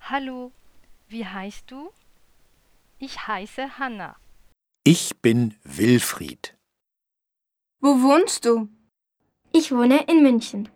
Hallo, wie heißt du? Ich heiße Hanna. Ich bin Wilfried. Wo wohnst du? Ich wohne in München.